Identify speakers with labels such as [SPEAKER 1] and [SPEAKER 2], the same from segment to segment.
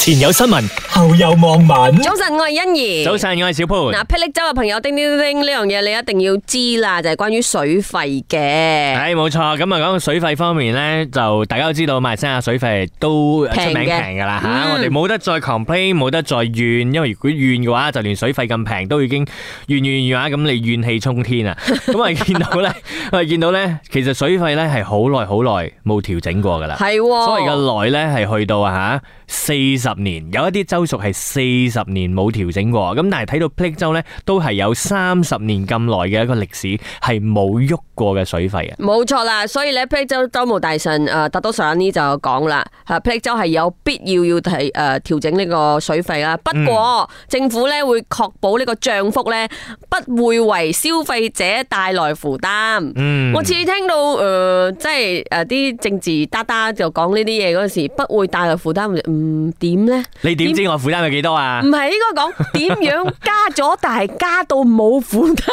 [SPEAKER 1] 前有新聞，後有網民。
[SPEAKER 2] 早晨，我係欣怡。
[SPEAKER 3] 早晨，我係小
[SPEAKER 2] 嗯嗱，
[SPEAKER 3] 潘。
[SPEAKER 2] 霹靂州嘅朋友叮叮叮呢樣嘢你一定要知啦，就係關於水費嘅。
[SPEAKER 3] 係冇錯，咁啊講到水費方面咧，就大家都知道馬來西亞水費都呃出名
[SPEAKER 2] 平嘅
[SPEAKER 3] 平噶啦
[SPEAKER 2] 嗯
[SPEAKER 3] 吓，我哋冇得再 complain，冇得再怨，因為如果怨嘅話，就連水費咁平都已經怨怨怨啊，咁你怨氣沖天 啊！咁啊見到咧，我哋見到咧，其實水費咧係好耐好耐冇調整過噶啦。
[SPEAKER 2] 係
[SPEAKER 3] 所謂
[SPEAKER 2] 喎，
[SPEAKER 3] 嘅耐咧係去到啊嚇四十年，有一啲州屬係四十年冇調整過，咁但係睇到 p l a 州咧都係有三十年咁耐嘅一個歷史係冇喐過嘅水費嘅。
[SPEAKER 2] 冇錯啦。所以咧，霹靂州州務大臣誒特多上呢就講啦，誒霹靂州係有必要要提誒調整呢個水費啦。不
[SPEAKER 3] 嗯
[SPEAKER 2] 過政府咧會確保呢個漲幅咧不會為消費者帶來負擔。
[SPEAKER 3] 嗯
[SPEAKER 2] 我次次聽到誒、呃即係誒啲政治嗒嗒就講呢啲嘢嗰陣時，不會帶來負擔，我就嗯點咧？
[SPEAKER 3] 你點知我負擔有幾多啊
[SPEAKER 2] 唔？係應該講點樣加咗，但係加到冇負擔，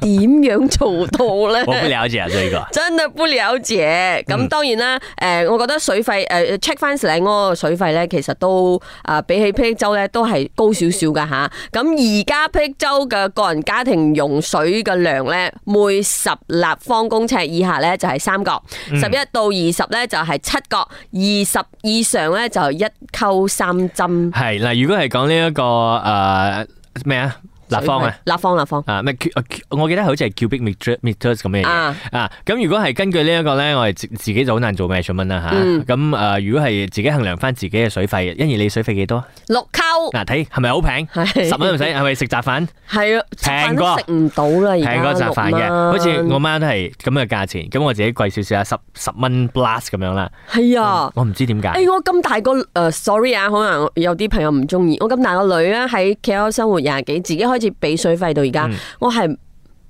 [SPEAKER 2] 點樣做到
[SPEAKER 3] 我不
[SPEAKER 2] 咧？
[SPEAKER 3] 了解啊，呢個。
[SPEAKER 2] 真係不了解。咁當然啦，誒、我覺得水費誒 check 翻 Selangor 嗰個水費咧，其實都啊、比起霹靂州咧都係高少少噶吓。咁而家霹靂州嘅個人家庭用水嘅量咧，每十立方公尺以下咧就係三角，十一到二十咧就係七角，二十以上咧就一溝三針。
[SPEAKER 3] 係嗱，如果係講呢一個誒咩啊立方啊？
[SPEAKER 2] 立方立方
[SPEAKER 3] 啊咩？cu- 啊，cu- 我記得好似係 cubic meter meters 咁嘅嘢。
[SPEAKER 2] 啊，
[SPEAKER 3] 啊，咁如果係根據呢一個咧，我哋自自己就好難做 measurement 啦吓。
[SPEAKER 2] 嗯
[SPEAKER 3] 咁誒、呃如果係自己衡量翻自己嘅水費，欣怡你水費幾多？
[SPEAKER 2] 六溝
[SPEAKER 3] 嗱、睇係咪好 平？
[SPEAKER 2] 係
[SPEAKER 3] 十蚊都唔使，係咪食雜飯？
[SPEAKER 2] 係啊，食飯
[SPEAKER 3] 平
[SPEAKER 2] 都
[SPEAKER 3] 過
[SPEAKER 2] 食唔到啦，而家
[SPEAKER 3] 平過雜飯嘅，
[SPEAKER 2] 六蚊
[SPEAKER 3] 好似我媽都係咁嘅價錢，咁我自己貴少少啊，十十蚊 plus 咁樣啦。
[SPEAKER 2] 係啊。
[SPEAKER 3] 我唔嗯知點解。
[SPEAKER 2] 誒，我咁大個誒、s o r r y 啊，可能有啲朋友唔中意。我咁大個女咧，喺 KL 生活廿幾，自己開始俾水費到而家，
[SPEAKER 3] 嗯
[SPEAKER 2] 我係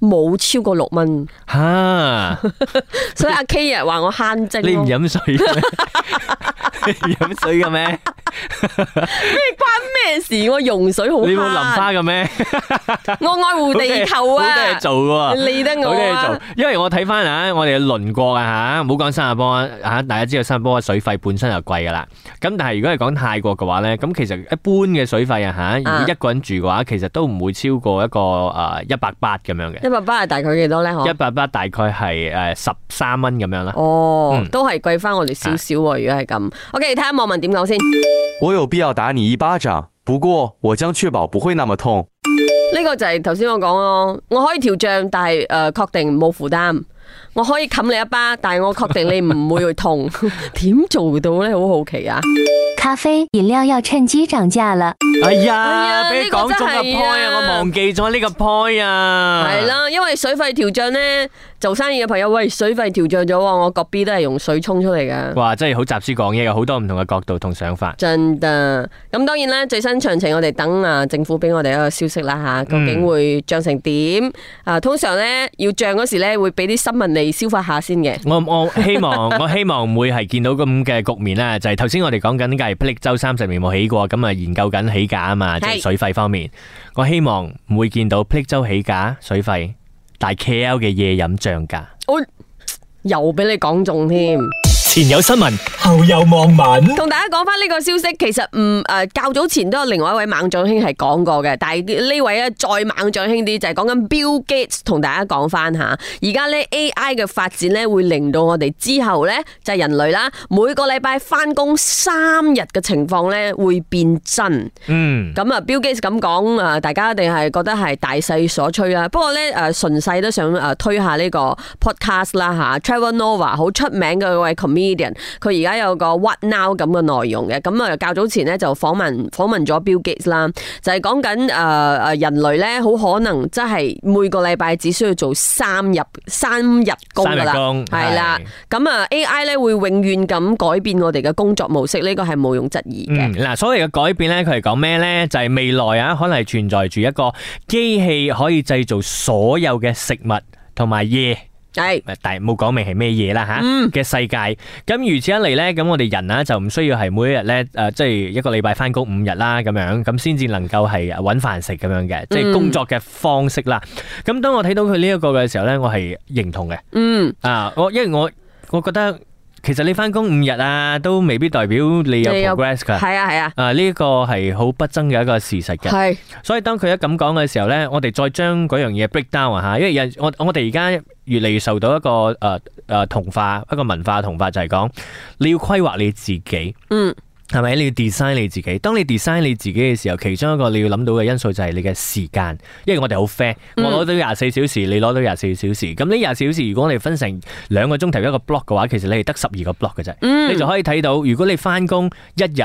[SPEAKER 2] 冇超過六蚊，
[SPEAKER 3] 嚇、
[SPEAKER 2] 所以阿 K 日話我慳精
[SPEAKER 3] 你
[SPEAKER 2] 咯
[SPEAKER 3] 唔。飲水 嘅咩？你唔飲水嘅咩？
[SPEAKER 2] 關咩事？我用水好
[SPEAKER 3] 你冇淋
[SPEAKER 2] 慳，
[SPEAKER 3] 花嘅咩？
[SPEAKER 2] 我愛護地球
[SPEAKER 3] 好多嘢
[SPEAKER 2] 啊！
[SPEAKER 3] 做喎。
[SPEAKER 2] 你理得我
[SPEAKER 3] 好多嘢做
[SPEAKER 2] 啊？，
[SPEAKER 3] 因為我睇翻啊，我哋嘅鄰國啊嚇，唔好講新加坡啊嚇，大家知道新加坡嘅水費本身就貴噶啦。咁但係如果係講泰國嘅話咧，咁其實一般嘅水費啊嚇，如
[SPEAKER 2] 啊
[SPEAKER 3] 果一個人住嘅話，其實都唔會超過一個啊誒一百八咁樣嘅，
[SPEAKER 2] 一百八係大概幾多咧？
[SPEAKER 3] 一
[SPEAKER 2] 嗬？
[SPEAKER 3] 百八大概係誒十三蚊咁樣啦。
[SPEAKER 2] 哦
[SPEAKER 3] 嗯，
[SPEAKER 2] 都係貴翻我哋少少喎。如果係咁，OK，睇下網民點講先。
[SPEAKER 4] 我有必要打你一巴掌，不过我将确保不会那么痛。
[SPEAKER 2] 呢個就係頭先我講咯，我可以調漲，但係誒確定冇負擔。我可以冚你一巴，但係我確定你唔 會痛。點做到呢？好好奇啊！
[SPEAKER 5] 咖啡飲料要趁機漲價了。
[SPEAKER 3] 哎
[SPEAKER 2] 呀
[SPEAKER 3] 呀，俾你
[SPEAKER 2] 呢個
[SPEAKER 3] 講中個
[SPEAKER 2] 真係啊
[SPEAKER 3] point 啊，我忘記咗呢個 point 啊。
[SPEAKER 2] 係啦，因為水費調漲呢，做生意嘅朋友，喂，水費調漲咗喎，我個 B 都係用水沖出嚟嘅。
[SPEAKER 3] 哇，真係好雜書講嘢，有啊好多唔同嘅角度同想法。
[SPEAKER 2] 真噶，咁當然啦，最新詳情我哋等啊政府俾我哋一個消息啦吓，究竟會漲成點？啊，通常呢，要漲嗰時呢，會俾啲新聞嚟消化下先嘅。
[SPEAKER 3] 我我希望 我希望唔會係見到咁嘅局面啦，就係頭先我哋講緊呢個係霹靂州三十年冇起過，咁啊研究緊起價啊嘛，即係
[SPEAKER 2] 係
[SPEAKER 3] 水費方面，我希望唔會見到霹靂州起價水費，但係 KL 嘅夜飲漲價。
[SPEAKER 2] 我又俾你講中添。
[SPEAKER 1] 前有新聞，後有網民。
[SPEAKER 2] 同大家講翻呢個消息，其實唔誒、呃較早前都有另外一位猛將兄係講過嘅，但係呢位咧再猛將兄啲就係講緊 Bill Gates 同大家講翻嚇，而家咧 AI 嘅發展咧會令到我哋之後咧就係、人類啦，每個禮拜翻工三日嘅情況咧會變真。
[SPEAKER 3] 嗯，
[SPEAKER 2] 咁啊，Bill Gates 咁講啊，大家一定係覺得係大勢所趨啦。不過咧，誒順勢都想誒推下呢個 podcast 啦嚇。Trevor Noah 好出名嘅一位 comedian，佢而家有個 What Now 咁嘅內容嘅。咁啊，較早前咧就訪問訪問咗 Bill Gates 啦，就係講緊誒誒人類咧好可能真係每個禮拜只需要做三日三日工
[SPEAKER 3] 三
[SPEAKER 2] 㗎
[SPEAKER 3] 日
[SPEAKER 2] 啦。
[SPEAKER 3] 工
[SPEAKER 2] 係啦，咁啊 AI 咧會永遠咁改變我哋嘅工作模式，呢個係毋庸質疑嘅
[SPEAKER 3] 嗯。嗱，所謂嘅改變咧，佢係講咩咧？就係、未來啊，可能係存在住一個機器可以製造所有嘅食物同埋嘢。
[SPEAKER 2] 係嗯
[SPEAKER 3] 但係冇講明係咩嘢啦吓嘅世界。咁如此一嚟咧，咁我哋人啊就唔需要係每一日咧誒，即係一個禮拜翻工五日啦咁樣，咁先至能夠係揾飯食咁樣嘅，
[SPEAKER 2] 嗯
[SPEAKER 3] 即係工作嘅方式啦。咁當我睇到佢呢一個嘅時候咧，我係認同嘅
[SPEAKER 2] 嗯。
[SPEAKER 3] 啊，我因為我我覺得。其實你翻工五日啊，都未必代表你有
[SPEAKER 2] 你有
[SPEAKER 3] progress
[SPEAKER 2] 系
[SPEAKER 3] 噶。
[SPEAKER 2] 啊係啊，
[SPEAKER 3] 啊，呢個係好不爭嘅一個事實嘅。
[SPEAKER 2] 係
[SPEAKER 3] 所以當佢一咁講嘅時候呢，我哋再將嗰樣嘢 break down 啊嚇，因為有我我哋而家越嚟越受到一個誒誒、呃呃同化一個文化同化，就係講你要規劃你自己，
[SPEAKER 2] 嗯，
[SPEAKER 3] 係咪？你要 design 你自己。當你 design 你自己嘅時候，其中一個你要諗到嘅因素就係你嘅時間，因為我哋好 fair，我
[SPEAKER 2] 嗯
[SPEAKER 3] 攞到廿四小時，你攞到廿四小時。咁呢廿四小時，如果我哋分成兩個鐘頭一個 block 嘅話，其實你係得十二個 block 嘅啫。
[SPEAKER 2] 嗯
[SPEAKER 3] 你就可以睇到，如果你翻工一日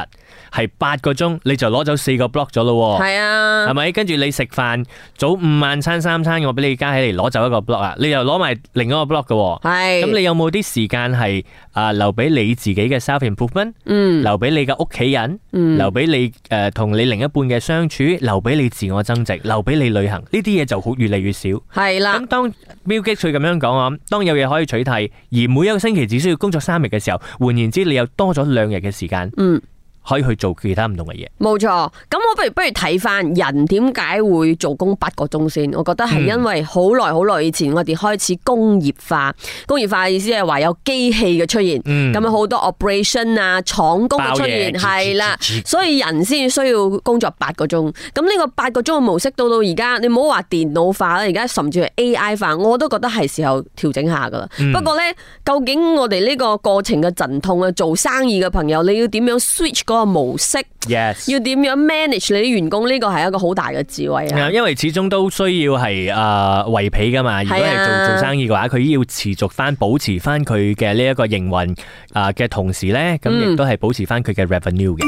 [SPEAKER 3] 係八個鐘，你就攞走四個 block 咗咯喎。
[SPEAKER 2] 係啊
[SPEAKER 3] 係，咪？跟住你食飯早午晚餐三餐，我俾你加起嚟攞走一個 block 啊，你又攞埋另一個 block 嘅喎。
[SPEAKER 2] 係
[SPEAKER 3] 咁你有冇啲時間係啊留俾你自己嘅 self improvement，
[SPEAKER 2] 嗯
[SPEAKER 3] 留俾你嘅屋企人，
[SPEAKER 2] 嗯
[SPEAKER 3] 留俾你誒同你另一半嘅相處，留俾你自我增值，留俾你旅行，呢啲嘢就好越嚟越少。
[SPEAKER 2] 係啦
[SPEAKER 3] 咁，當 Bill Gates 佢咁樣講啊，當有嘢可以取替，而每一個星期只需要工作三日嘅時候，換言之，你又多咗兩日嘅時間
[SPEAKER 2] 嗯。
[SPEAKER 3] 可以去做其他唔同嘅嘢。
[SPEAKER 2] 冇錯，咁我不如不如睇翻人點解會做工八個鐘先？我覺得係
[SPEAKER 3] 嗯
[SPEAKER 2] 因為好耐好耐以前我哋開始工業化，工業化嘅意思係話有機器嘅出現，
[SPEAKER 3] 嗯
[SPEAKER 2] 咁樣好多 operation 啊、廠工嘅出現，
[SPEAKER 3] 爆嘢
[SPEAKER 2] 係啦
[SPEAKER 3] 吱吱吱，吱
[SPEAKER 2] 所以人先需要工作八個鐘。咁呢個八個鐘嘅模式到到而家，你唔好話電腦化啦，而家甚至係 AI 化，我都覺得係時候調整下噶啦。不過呢，究竟我哋呢個過程嘅陣痛啊，做生意嘅朋友，你要點樣 switch 嗰個模式？
[SPEAKER 3] Yes。
[SPEAKER 2] 要點樣 manage 你啲員工呢個係一個好大嘅智慧啊！
[SPEAKER 3] 因為始終都需要係誒維皮噶嘛，如果
[SPEAKER 2] 係
[SPEAKER 3] 係
[SPEAKER 2] 啊
[SPEAKER 3] 做做生意嘅話，佢要持續翻保持翻佢嘅呢一個營運啊嘅同時咧，咁
[SPEAKER 2] 嗯
[SPEAKER 3] 亦都係保持翻佢嘅 revenue 嘅。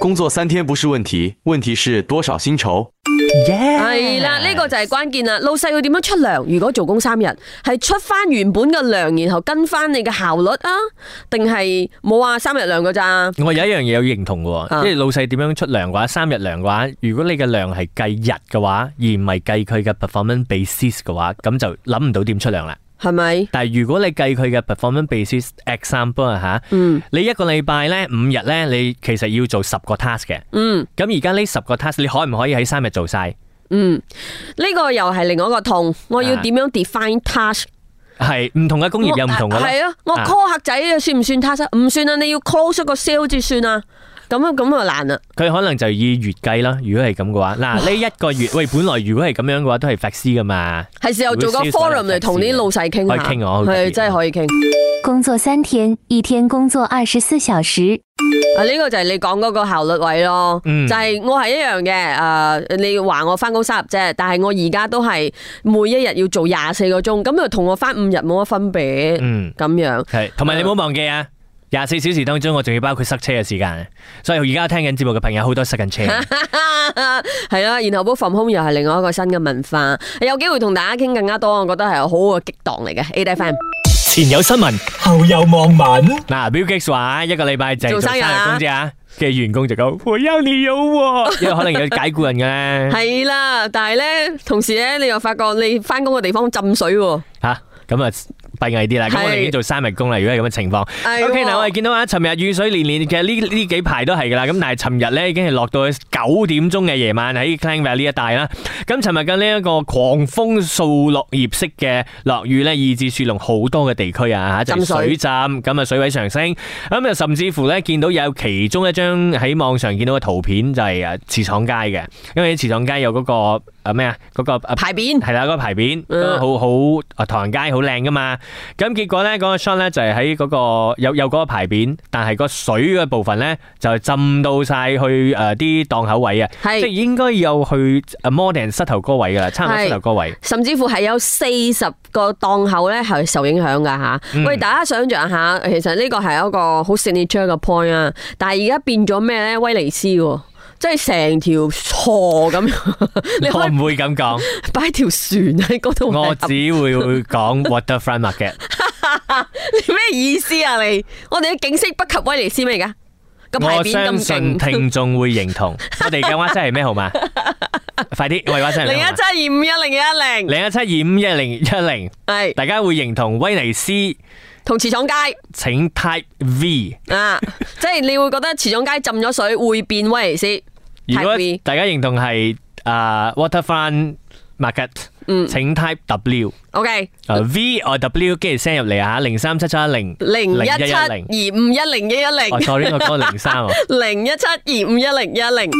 [SPEAKER 4] 工作三天不是问题，问题是多少薪酬。
[SPEAKER 2] 係啦，呢個就係關鍵啦。老細要點樣出糧？如果做工三日，係出翻原本嘅糧，然後跟翻你嘅效率啊？定係冇話三日糧㗎咋？
[SPEAKER 3] 我有一樣嘢要認同嘅
[SPEAKER 2] 啊
[SPEAKER 3] 喎，即係老細點樣出糧嘅話，三日糧嘅話，如果你嘅糧係計日嘅話，而唔係計佢嘅 performance basis 嘅話，咁就諗唔到點出糧啦。
[SPEAKER 2] 係咪？
[SPEAKER 3] 但係如果你計佢嘅 performance basis example 啊吓，
[SPEAKER 2] 嗯
[SPEAKER 3] 你一個禮拜咧五日咧，你其實要做十個 task 嘅。
[SPEAKER 2] 嗯
[SPEAKER 3] 咁而家呢十個 task 你可唔可以喺三日做晒？
[SPEAKER 2] 嗯，呢、個又係另外一個痛。我要點樣 define task？
[SPEAKER 3] 係唔同嘅啊工業有唔同噶啦。
[SPEAKER 2] 係啊，我
[SPEAKER 3] 啊
[SPEAKER 2] call 客仔啊，算唔算 task？啊唔算啊，你要 close 一個 sale 至算啊。咁啊，咁啊難啦。
[SPEAKER 3] 佢可能就以月計啦。如果係咁嘅話， 嗱呢一個月，喂，本來如果係咁樣嘅話，都係 fax 噶嘛。
[SPEAKER 2] 係時候做個
[SPEAKER 3] 會
[SPEAKER 2] forum 嚟同啲老細傾
[SPEAKER 3] 可
[SPEAKER 2] 下，
[SPEAKER 3] 以傾啊可以
[SPEAKER 2] 係真係可以傾。
[SPEAKER 5] 工作三天，一天工作二十四小时。
[SPEAKER 2] 啊！呢、個就係你講嗰個效率位咯，
[SPEAKER 3] 嗯
[SPEAKER 2] 就係我係一樣嘅。诶、你話我翻工三日啫，但係我而家都係每一日要做廿四個鐘，咁又同我翻五日冇乜分別咁、
[SPEAKER 3] 嗯，
[SPEAKER 2] 樣。
[SPEAKER 3] 係。同埋你唔好忘記
[SPEAKER 2] 嗯
[SPEAKER 3] 啊。廿四小時當中，我仲要包括塞車嘅時間，所以而家聽緊節目嘅朋友好多塞緊 車。
[SPEAKER 2] 係啦，然後 work from home 又係另外一個新嘅文化，有機會同大家傾更加多，我覺得係好嘅激盪嚟嘅。A D F M
[SPEAKER 1] 前有新聞，後有望文。
[SPEAKER 3] 嗱，Bill Gates 話一個禮拜就係
[SPEAKER 2] 做
[SPEAKER 3] 做生
[SPEAKER 2] 生日
[SPEAKER 3] 日
[SPEAKER 2] 啊
[SPEAKER 3] 工啫啊，嘅員工就講我要你有 我，因為可能有解雇人嘅咧
[SPEAKER 2] 係啦，但係咧，同時咧，你又發覺你翻工嘅地方浸水喎，
[SPEAKER 3] 吓，咁啊閉翳啲啦。咁我哋已經做三日工啦，如果係咁嘅情況。
[SPEAKER 2] 係
[SPEAKER 3] O K，嗱，我哋
[SPEAKER 2] 喎
[SPEAKER 3] 見到啊，尋日雨水連連嘅呢呢幾排都係噶啦，咁但係尋日咧已經係落到去九點鐘嘅夜晚喺 Clang Valley 呢一帶啦。咁尋日嘅呢一個狂風掃落葉式嘅落雨咧，以致樹龍好多嘅地區啊嚇，就係
[SPEAKER 2] 浸水
[SPEAKER 3] 水浸，咁啊水位上升，咁啊甚至乎咧見到有其中一張喺網上見到嘅圖片就係啊茨廠街嘅，因為茨廠街有嗰個啊咩啊嗰個啊
[SPEAKER 2] 排便。
[SPEAKER 3] 系啦，嗰個牌匾
[SPEAKER 2] 嗯
[SPEAKER 3] 都好好啊，唐人街好靚噶嘛。咁結果咧，嗰、個 shot 咧就係喺嗰個有有嗰個牌匾，但係個水嘅部分咧就係浸到晒去誒啲檔口位啊，
[SPEAKER 2] 係
[SPEAKER 3] 即係應該有去呃 more than 膝頭哥位噶啦，差唔多
[SPEAKER 2] 係
[SPEAKER 3] 膝頭哥位。
[SPEAKER 2] 甚至乎係有四十個檔口咧係受影響㗎吓。
[SPEAKER 3] 嗯
[SPEAKER 2] 喂，大家想象下，其實呢個係一個好 signature 嘅 point 啊，但係而家變咗咩咧？威尼斯喎。即係成條河咁樣， 你可
[SPEAKER 3] 我
[SPEAKER 2] 以
[SPEAKER 3] 唔會 咁講，
[SPEAKER 2] 擺條船喺嗰度。
[SPEAKER 3] 我只會講 waterfront market。
[SPEAKER 2] 你咩意思啊？你我哋嘅景色不及威尼斯咩？而家 個牌
[SPEAKER 3] 我
[SPEAKER 2] 匾
[SPEAKER 3] 相
[SPEAKER 2] 咁
[SPEAKER 3] 信
[SPEAKER 2] 勁，
[SPEAKER 3] 聽眾會認 同。我哋嘅 WhatsApp 係咩號碼？快啲，我哋 WhatsApp 係
[SPEAKER 2] 零
[SPEAKER 3] 咩
[SPEAKER 2] 一
[SPEAKER 3] 號碼？
[SPEAKER 2] 七二五一零一零
[SPEAKER 3] 零一七二五一零一零，
[SPEAKER 2] 係
[SPEAKER 3] 大家會認同威尼斯。
[SPEAKER 2] 同池廠街。
[SPEAKER 3] 請 type V。
[SPEAKER 2] 啊，即係你會覺得池總街浸咗水會變威尼斯。
[SPEAKER 3] 如
[SPEAKER 2] Type
[SPEAKER 3] 果
[SPEAKER 2] V
[SPEAKER 3] 大家認同係啊 Waterfront market，
[SPEAKER 2] 嗯
[SPEAKER 3] 請 type W。
[SPEAKER 2] ，OK，
[SPEAKER 3] 啊 V or W，跟住 send 入嚟啊，零三七七一零
[SPEAKER 2] 零一七二五一零一一
[SPEAKER 3] 哦
[SPEAKER 2] 零，
[SPEAKER 3] ，sorry，我講零三 啊，
[SPEAKER 2] 零一七二五一零一零。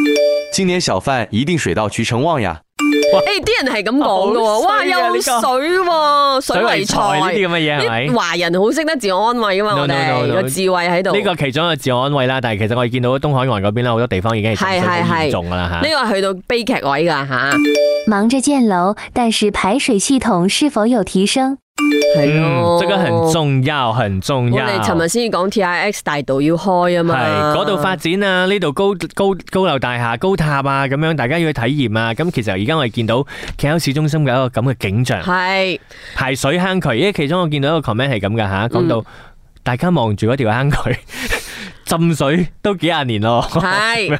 [SPEAKER 4] 今年小贩一定水到渠成旺呀！
[SPEAKER 2] 诶，啲人係咁講噶喎，
[SPEAKER 3] 好衰
[SPEAKER 2] 哇，
[SPEAKER 3] 啊
[SPEAKER 2] 有
[SPEAKER 3] 呢
[SPEAKER 2] 水
[SPEAKER 3] 個
[SPEAKER 2] 喎，水為財
[SPEAKER 3] 呢啲咁嘅嘢係咪
[SPEAKER 2] 啲？華人好識得自我安慰噶嘛，
[SPEAKER 3] No,
[SPEAKER 2] 我
[SPEAKER 3] no,
[SPEAKER 2] 哋
[SPEAKER 3] no, no.
[SPEAKER 2] 個智慧喺度。
[SPEAKER 3] 呢個其中嘅自我安慰啦，但係其實我哋見到東海岸嗰邊咧，好多地方已經係
[SPEAKER 2] 係
[SPEAKER 3] 浸水
[SPEAKER 2] 係
[SPEAKER 3] 好
[SPEAKER 2] 係
[SPEAKER 3] 嚴重噶啦嚇。
[SPEAKER 2] 呢個去到悲劇位㗎吓，
[SPEAKER 3] 嗯
[SPEAKER 5] 忙着建楼，但是排水系统是否有提升？
[SPEAKER 2] 係
[SPEAKER 3] 嗯
[SPEAKER 2] 咯，，
[SPEAKER 3] 这個很重要，很重
[SPEAKER 2] 我
[SPEAKER 3] 要。
[SPEAKER 2] 哋尋日先講 T I X 大道要開啊
[SPEAKER 3] 係
[SPEAKER 2] 嘛，
[SPEAKER 3] 嗰度發展啊，呢度高高高樓大廈、高塔啊，咁樣大家要去體驗啊。咁其實而家我哋見到 KL 市中心嘅一個咁嘅景象，
[SPEAKER 2] 係
[SPEAKER 3] 排水坑渠。因為其中我見到一個 comment 係咁嘅吓，講到大家望住嗰條坑渠 浸水都幾廿年咯，好
[SPEAKER 2] 係，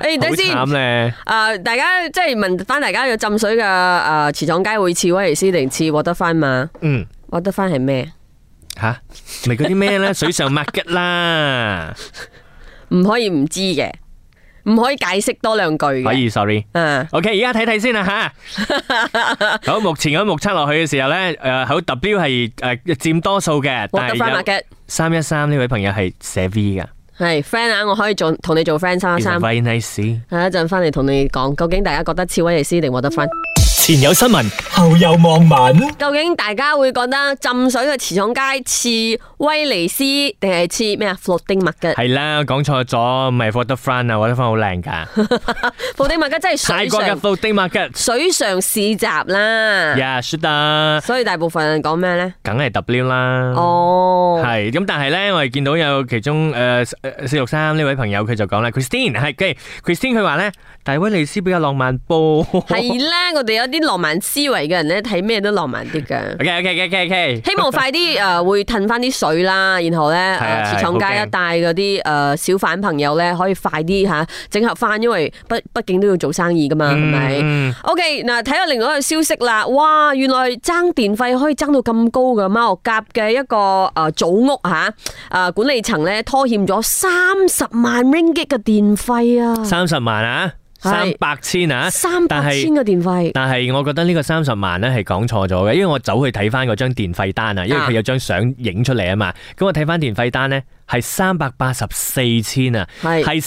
[SPEAKER 2] 誒等先。
[SPEAKER 3] 哦慘咧。
[SPEAKER 2] 啊！大家即係問翻大家要浸水嘅啊，茨廠街會似威尼斯定似獲得翻嘛？
[SPEAKER 3] 嗯，
[SPEAKER 2] 獲得翻係咩？
[SPEAKER 3] 吓咪嗰啲咩咧？水上 market 啦，
[SPEAKER 2] 唔可以唔知嘅，唔可以解釋多兩句
[SPEAKER 3] 可
[SPEAKER 2] 嘅。
[SPEAKER 3] 以，sorry。
[SPEAKER 2] 啊，
[SPEAKER 3] OK，而家睇睇先啦吓。好，目前咁目測落去嘅時候咧，诶、好 W 係诶佔多數嘅，
[SPEAKER 2] 獲
[SPEAKER 3] 但
[SPEAKER 2] 得翻
[SPEAKER 3] 係有
[SPEAKER 2] market
[SPEAKER 3] 三一三呢位朋友係寫 V 噶
[SPEAKER 2] 係 friend 啊，我可以做同你做 friend 三
[SPEAKER 3] ，is
[SPEAKER 2] 三。係
[SPEAKER 3] very nice。
[SPEAKER 2] 一陣翻嚟同你講，究竟大家覺得似威尼斯定獲得翻？
[SPEAKER 1] 前有新聞，後有網民。
[SPEAKER 2] 究竟大家會覺得浸水嘅茨廠街似威尼斯定係似咩啊？floating market。
[SPEAKER 3] 係啦，講錯咗，唔係 f o r t e f r o n 啊 f o r t e f r o n 好靚㗎，
[SPEAKER 2] floating market 真係
[SPEAKER 3] 泰
[SPEAKER 2] 水
[SPEAKER 3] 國嘅
[SPEAKER 2] 上
[SPEAKER 3] floating market。
[SPEAKER 2] 水上市集啦。
[SPEAKER 3] Yeah, should 啊，
[SPEAKER 2] 所以大部分人講咩呢？
[SPEAKER 3] 梗係 W 啦。
[SPEAKER 2] 哦，
[SPEAKER 3] 係咁，但係咧，我哋見到有其中诶四六三呢位朋友，佢就講啦，Christine 係跟住 Christine 佢話咧，大威尼斯比較浪漫噃。
[SPEAKER 2] 係啦，我哋有啲浪漫思維嘅人咧，睇咩都浪漫啲 嘅。
[SPEAKER 3] OK OK OK OK。
[SPEAKER 2] 希望快啲誒、呃、會褪翻啲水啦，然後咧
[SPEAKER 3] 係
[SPEAKER 2] 誒
[SPEAKER 3] 係
[SPEAKER 2] 茨廠街一帶嗰啲誒小販朋友咧，可以快啲嚇整合翻，因為畢畢竟都要做生意噶嘛，係咪、
[SPEAKER 3] 嗯
[SPEAKER 2] o k 嗱，睇下另外一個消息啦，哇，原來爭電費可以爭到咁高嘅，馬六甲嘅一個誒祖屋嚇，誒、呃管理層咧拖欠咗三十萬 ringgit 嘅電費啊，
[SPEAKER 3] 三十萬啊，三
[SPEAKER 2] 係
[SPEAKER 3] 百千啊，
[SPEAKER 2] 三
[SPEAKER 3] 但
[SPEAKER 2] 百
[SPEAKER 3] 係
[SPEAKER 2] 千嘅電費。
[SPEAKER 3] 但係我覺得呢個三十萬咧係講錯咗嘅，因為我走去睇翻嗰張電費單啊，因為
[SPEAKER 2] 啊
[SPEAKER 3] 佢有張相影出嚟啊嘛，咁我睇翻電費單咧係三百八十四千啊，
[SPEAKER 2] 係
[SPEAKER 3] 係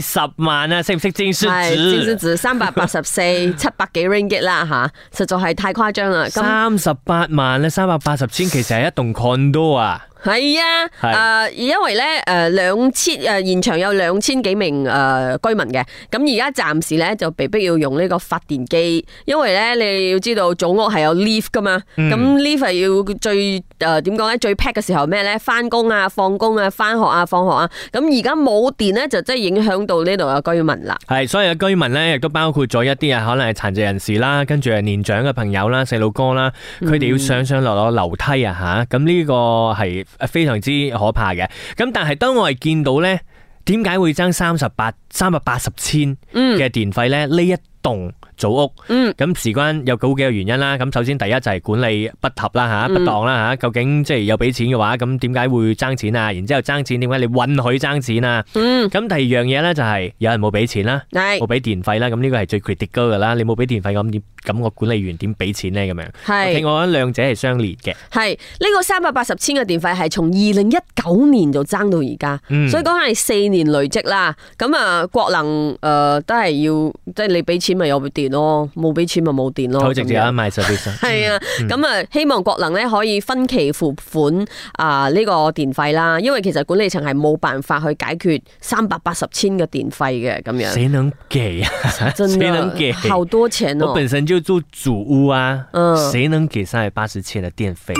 [SPEAKER 3] 四十萬啊，識唔識精算
[SPEAKER 2] 係，知唔知
[SPEAKER 3] 紙？
[SPEAKER 2] 值三百八十四、七百幾 ringgit 啦吓，實在係太誇張啦。咁
[SPEAKER 3] 三十八萬咧，三百八十千其實係一棟 condo 啊，
[SPEAKER 2] 係啊，
[SPEAKER 3] 係
[SPEAKER 2] 诶、因為咧诶两千诶现场有兩千幾名诶、呃居民嘅，咁而家暫時咧就被逼要用呢個發電機，因為咧你要知道祖屋係有 leave 噶嘛，咁 leave 係要最呃诶点讲咧最 pack 嘅時候咩咧，翻工啊、放工啊、翻學啊、放學啊，咁而家冇電咧就真係影響到呢度嘅居民啦。
[SPEAKER 3] 係所有嘅居民咧亦都包括咗一啲啊，可能係殘疾人士啦，跟住係年長嘅朋友啦、細路哥啦，佢哋要上上落落樓梯啊吓，咁呢個係呃非常之可怕嘅。咁但係當我係見到呢，點解會爭三十八三百八十千嘅電費呢？呢一棟祖屋，
[SPEAKER 2] 嗯
[SPEAKER 3] 咁事關有好幾個原因啦。咁首先第一就係管理不合啦吓，不當啦吓。究竟即係有俾錢嘅話，咁點解會爭錢啊？然之後爭錢點解你允許爭錢啊？
[SPEAKER 2] 嗯，
[SPEAKER 3] 咁第二樣嘢呢，就係有人冇俾錢啦。
[SPEAKER 2] 係
[SPEAKER 3] 冇俾電費啦，咁呢個係最 critical 噶啦。你冇俾電費咁點？咁我管理員點俾錢呢？咁樣，
[SPEAKER 2] 係。
[SPEAKER 3] OK，我覺得兩者係相連嘅。
[SPEAKER 2] 係呢、個三百八十千嘅電費係從二零一九年就爭到而家，
[SPEAKER 3] 嗯
[SPEAKER 2] 所以講係四年累積啦。咁啊，國能诶、呃都係要，即係你俾錢咪有電咯，冇俾錢咪冇電咯。
[SPEAKER 3] 好直接啊
[SPEAKER 2] 咁樣
[SPEAKER 3] ，my service 啊。
[SPEAKER 2] 係啊，咁啊、希望國能咧可以分期付款啊呢、個電費啦，因為其實管理層係冇辦法去解決三百八十千嘅電費嘅 咁樣，
[SPEAKER 3] 谁能給啊？
[SPEAKER 2] 真
[SPEAKER 3] 誰能給
[SPEAKER 2] 嘅？好多錢
[SPEAKER 3] 我
[SPEAKER 2] 哦、
[SPEAKER 3] 本身就住主屋啊
[SPEAKER 2] 嗯，
[SPEAKER 3] 誰能給三百八十千的電費？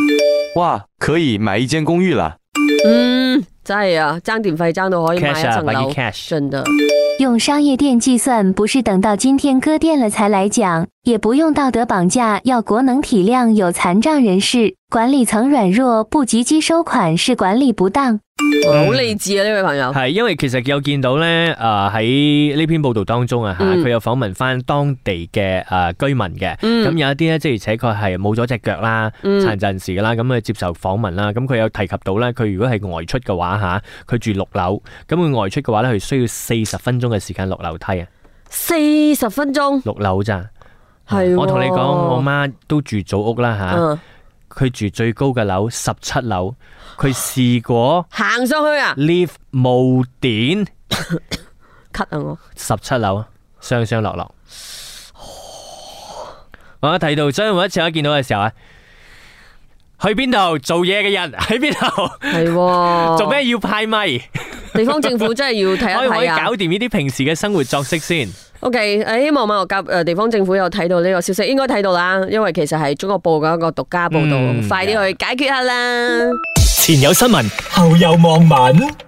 [SPEAKER 4] 哇，可以买一间公寓了。
[SPEAKER 2] 嗯，真係啊，爭電費爭到可以買一
[SPEAKER 3] Cash 啊
[SPEAKER 2] 層
[SPEAKER 3] ，buy
[SPEAKER 2] 樓
[SPEAKER 3] you，cash 嗯
[SPEAKER 2] 真的。
[SPEAKER 5] 用商业电计算，不是等到今天割电了才来讲，也不用道德绑架，要国能体谅有残障人士，管理层软弱，不及积收款是管理不当。
[SPEAKER 2] 哇好理智啊！呢位朋友，
[SPEAKER 3] 係因為其實有見到咧，誒喺呢篇報道當中啊嚇，
[SPEAKER 2] 嗯
[SPEAKER 3] 佢有訪問翻當地嘅誒居民嘅，
[SPEAKER 2] 嗯
[SPEAKER 3] 咁有一啲咧，即係而且確係冇咗只腳啦，
[SPEAKER 2] 嗯
[SPEAKER 3] 殘疾人士㗎啦，咁佢接受訪問啦，咁佢有提及到咧，佢如果係外出嘅話嚇，佢住六樓，咁佢外出嘅話咧，佢需要四十分鐘嘅時間落樓梯啊，
[SPEAKER 2] 四十分鐘
[SPEAKER 3] 六樓咋，
[SPEAKER 2] 係
[SPEAKER 3] 我同你講，
[SPEAKER 2] 喎
[SPEAKER 3] 我媽都住祖屋啦吓，
[SPEAKER 2] 嗯，
[SPEAKER 3] 佢住最高嘅樓十七樓，佢試過
[SPEAKER 2] 行上去啊
[SPEAKER 3] lift 冇電
[SPEAKER 2] ，cut 啊我，
[SPEAKER 3] 十七樓啊上上落落。我一睇到，所以每一次我一見到嘅時候啊，去邊度做嘢嘅人 喺邊度，
[SPEAKER 2] 係
[SPEAKER 3] 做
[SPEAKER 2] 喎，
[SPEAKER 3] 咩要派咪？
[SPEAKER 2] 地方政府真係要睇
[SPEAKER 3] 可以
[SPEAKER 2] 一
[SPEAKER 3] 可以
[SPEAKER 2] 睇啊
[SPEAKER 3] 搞。掂呢啲平時嘅生活作息先。
[SPEAKER 2] O K，誒希望馬六甲誒地方政府有睇到呢個消息，應該睇到啦，因為其實係中國報嘅一個獨家報導，
[SPEAKER 3] 嗯
[SPEAKER 2] 快啲去解決下啦。
[SPEAKER 1] 前有新聞，後有網民。